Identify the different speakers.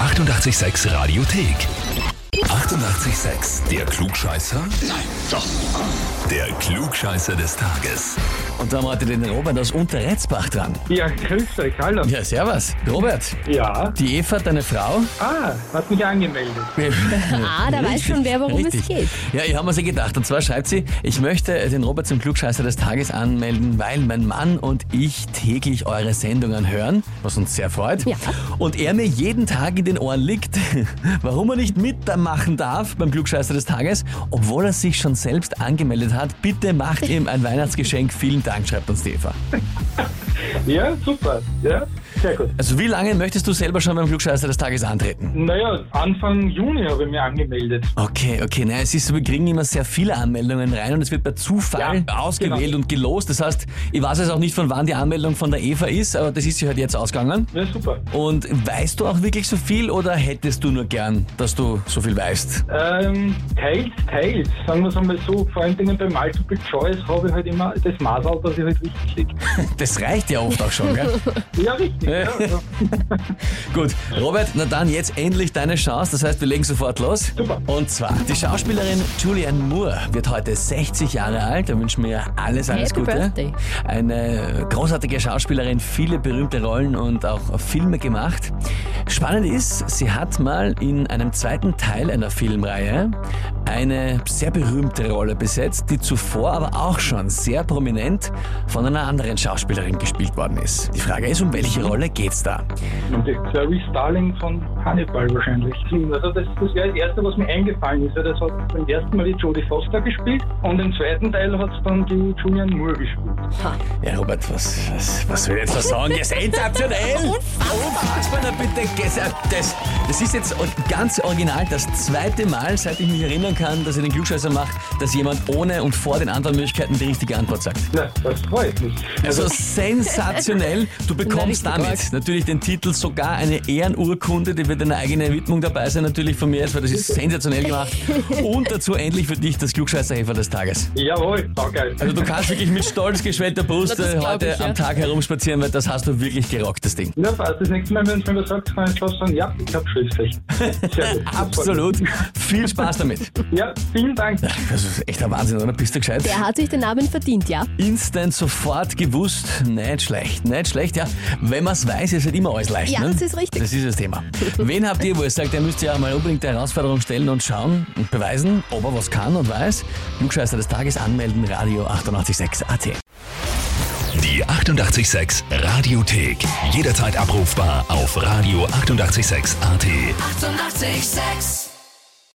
Speaker 1: 886 Radiothek. 88,6. Der Klugscheißer? Nein, doch. Der Klugscheißer des Tages.
Speaker 2: Und da haben wir heute den Robert aus Unterretzbach dran.
Speaker 3: Ja, grüß euch, hallo.
Speaker 2: Ja, servus. Robert,
Speaker 3: Ja.
Speaker 2: die Eva, deine Frau.
Speaker 3: Ah, hat mich angemeldet.
Speaker 2: ah,
Speaker 4: da weiß schon wer, worum es geht.
Speaker 2: Ja, ich habe mir sie gedacht. Und zwar schreibt sie, ich möchte den Robert zum Klugscheißer des Tages anmelden, weil mein Mann und ich täglich eure Sendungen hören, was uns sehr freut.
Speaker 4: Ja.
Speaker 2: Und er mir jeden Tag in den Ohren liegt, warum er nicht mitmachen darf beim Klugscheißer des Tages, obwohl er sich schon selbst angemeldet hat. Bitte macht ihm ein Weihnachtsgeschenk. Vielen Dank, schreibt uns die Eva.
Speaker 3: Ja, super. Ja, sehr gut.
Speaker 2: Also wie lange möchtest du selber schon beim Klugscheißer des Tages antreten?
Speaker 3: Naja, Anfang Juni habe ich mich angemeldet.
Speaker 2: Okay, okay. Naja, es ist so, wir kriegen immer sehr viele Anmeldungen rein und es wird per Zufall
Speaker 3: Ja,
Speaker 2: ausgewählt
Speaker 3: genau.
Speaker 2: und gelost. Das heißt, ich weiß jetzt auch nicht, von wann die Anmeldung von der Eva ist, aber das ist sie halt jetzt ausgegangen.
Speaker 3: Ja, super.
Speaker 2: Und weißt du auch wirklich so viel oder hättest du nur gern, dass du so viel weißt?
Speaker 3: Ähm, teils, teils. Sagen wir es einmal so, vor allen Dingen bei Multiple Choice habe ich halt immer das Maßal, dass ich halt richtig liege.
Speaker 2: Das reicht ja oft auch schon, gell?
Speaker 3: Ja, richtig. ja, also. ja.
Speaker 2: Gut, Robert, na dann jetzt endlich deine Chance. Das heißt, wir legen sofort los.
Speaker 3: Super.
Speaker 2: Und zwar, die Schauspielerin Julianne Moore wird heute 60 Jahre alt. Da wünschen wir ihr alles, alles
Speaker 4: Happy
Speaker 2: Gute.
Speaker 4: Birthday.
Speaker 2: Eine großartige Schauspielerin, viele berühmte Rollen und auch Filme gemacht. Spannend ist, sie hat mal in einem zweiten Teil einer Filmreihe eine sehr berühmte Rolle besetzt, die zuvor aber auch schon sehr prominent von einer anderen Schauspielerin gespielt worden ist. Die Frage ist, um welche Rolle geht's da?
Speaker 3: Und der Clary Starling von Hannibal wahrscheinlich. Also das, das wäre das Erste, was mir eingefallen ist. weil Das hat beim ersten Mal die Jodie Foster gespielt und im zweiten Teil hat es dann die Julianne Moore gespielt.
Speaker 2: Ja, Robert, was, was, was will ich jetzt was sagen? Ja, sensationell! Unfassbar! Na bitte, das, das, das ist jetzt ganz original das zweite Mal, seit ich mich erinnern kann, dass ich den Klugscheißer mache, dass jemand ohne und vor den anderen Möglichkeiten die richtige Antwort sagt.
Speaker 3: Na, das freut mich.
Speaker 2: Also sensationell. Du bekommst
Speaker 4: Na, richtig
Speaker 2: damit natürlich den Titel, sogar eine Ehrenurkunde, die wird eine eigene Widmung dabei sein, natürlich von mir jetzt, weil das ist sensationell gemacht. Und dazu endlich für dich das Klugscheißerhefer des Tages.
Speaker 3: Jawohl, saugeil.
Speaker 2: Also du kannst wirklich mit stolz geschwellter Brust
Speaker 4: Na, das
Speaker 2: äh,
Speaker 4: glaub
Speaker 2: heute
Speaker 4: ich, ja.
Speaker 2: am Tag herumspazieren, weil das hast du wirklich gerockt, das Ding.
Speaker 3: Ja, passt. Das nächste Mal, wenn es mir was sagt, kann ich schon sagen, ja, ich habe Schriftrecht. Sehr gut.
Speaker 2: Absolut. Viel Spaß damit.
Speaker 3: Ja, vielen Dank.
Speaker 2: Das ist echt ein Wahnsinn, oder? Bist du gescheit?
Speaker 4: Der hat sich den Namen verdient, ja?
Speaker 2: Instant sofort gewusst. Nicht schlecht, nicht schlecht, ja. Wenn man es weiß, ist halt immer alles leicht.
Speaker 4: Ja,
Speaker 2: ne?
Speaker 4: das ist richtig.
Speaker 2: Das ist das Thema. Wen habt ihr, wo ihr sagt, ihr müsst ja mal unbedingt die Herausforderung stellen und schauen und beweisen, ob er was kann und weiß? Klugscheißer des Tages anmelden, Radio 886 AT.
Speaker 1: Die 88,6 Radiothek. Jederzeit abrufbar auf radio886.at. 88,6.
Speaker 5: Eighty-eight, sex.